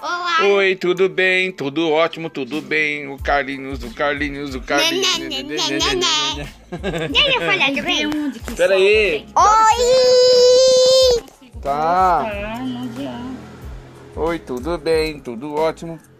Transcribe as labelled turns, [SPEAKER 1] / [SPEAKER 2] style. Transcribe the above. [SPEAKER 1] Olá.
[SPEAKER 2] Oi, tudo bem? Tudo ótimo, tudo bem. O Carlinhos, o Carlinhos, o Carlinhos.
[SPEAKER 1] Né, né, né, né, né, Deixa eu falar de bem.
[SPEAKER 3] onde que
[SPEAKER 2] Pera
[SPEAKER 3] solta,
[SPEAKER 2] aí.
[SPEAKER 3] gente?
[SPEAKER 1] Oi.
[SPEAKER 2] Tá.
[SPEAKER 3] Ah, não adianta.
[SPEAKER 2] Oi, tudo bem, tudo ótimo.